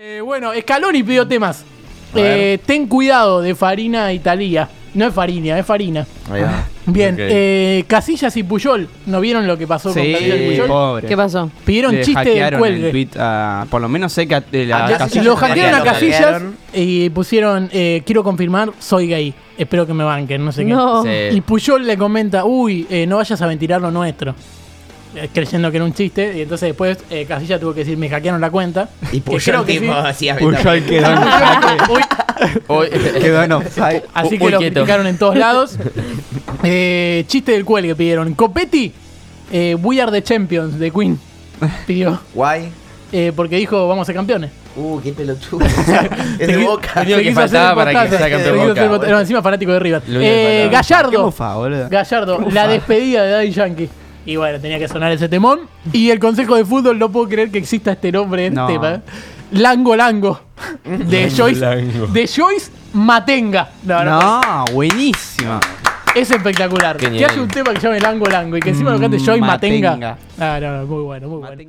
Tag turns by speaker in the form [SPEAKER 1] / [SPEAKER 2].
[SPEAKER 1] Eh, bueno, Scaloni pidió temas. Eh, ten cuidado de Farina Italia. No es Farina, es Farina.
[SPEAKER 2] Ahí va.
[SPEAKER 1] Bien,
[SPEAKER 2] Ok.
[SPEAKER 1] eh, Casillas y Puyol. ¿No vieron lo que pasó con Casillas y
[SPEAKER 2] Sí,
[SPEAKER 1] Puyol?
[SPEAKER 2] pobre.
[SPEAKER 3] ¿Qué pasó?
[SPEAKER 1] Pidieron
[SPEAKER 2] Le
[SPEAKER 1] chiste del
[SPEAKER 2] hackearon
[SPEAKER 1] cuelgue.
[SPEAKER 2] el tweet a- por lo menos sé que a- eh, la
[SPEAKER 1] Le-
[SPEAKER 2] Casillas-
[SPEAKER 1] lo hackearon a
[SPEAKER 4] lo
[SPEAKER 1] Casillas
[SPEAKER 4] hackearon.
[SPEAKER 1] y pusieron, eh, quiero confirmar, soy gay. Espero que me banquen, no sé qué.
[SPEAKER 3] No.
[SPEAKER 2] Sí.
[SPEAKER 1] Y Puyol le comenta, uy, eh, no vayas a ventilar lo nuestro. Eh, creyendo que era un chiste. Y entonces después eh, Casillas tuvo que decir, me hackearon la cuenta.
[SPEAKER 4] Y
[SPEAKER 1] Que Pues creo
[SPEAKER 4] Puyol,
[SPEAKER 1] que sí.
[SPEAKER 4] tipo, hacía
[SPEAKER 2] Puyol quedó en
[SPEAKER 1] Uy,
[SPEAKER 2] Uy, quedó en offside.
[SPEAKER 1] así
[SPEAKER 2] Uy,
[SPEAKER 1] que lo
[SPEAKER 2] quieto.
[SPEAKER 1] criticaron en todos lados. Eh, chiste del cuelgue pidieron. Copetti, eh, We Are the Champions de Queen. Pidió.
[SPEAKER 4] Guay.
[SPEAKER 1] eh, porque dijo, vamos a ser campeones.
[SPEAKER 4] Uh, qué pelotudo. es de boca.
[SPEAKER 2] Lo único que
[SPEAKER 1] Se quiso hacer
[SPEAKER 2] faltaba para que
[SPEAKER 1] importante.
[SPEAKER 2] sea campeón
[SPEAKER 1] Se quiso
[SPEAKER 2] Boca.
[SPEAKER 1] hacer importante. Era encima fanático de River.
[SPEAKER 2] Lo único que
[SPEAKER 1] Eh,
[SPEAKER 2] faltaba.
[SPEAKER 1] Gallardo.
[SPEAKER 2] Qué mufa, boludo.
[SPEAKER 1] Gallardo, la despedida de Daddy Yankee. Y bueno, tenía que sonar ese temón. Y el Consejo de Fútbol, no puedo creer que exista este nombre en
[SPEAKER 2] No.
[SPEAKER 1] tema. Lango Lango. De Joyce.
[SPEAKER 5] Lango.
[SPEAKER 1] De Joyce Matenga. No, no,
[SPEAKER 2] No, buenísima.
[SPEAKER 1] Es espectacular.
[SPEAKER 5] Qué
[SPEAKER 1] Que
[SPEAKER 5] nivel.
[SPEAKER 1] haya un tema que se llame Lango Lango y que encima lo cante Joyce
[SPEAKER 2] Mm,
[SPEAKER 1] Matenga.
[SPEAKER 2] Matenga.
[SPEAKER 1] Ah, no, no, muy bueno, muy bueno.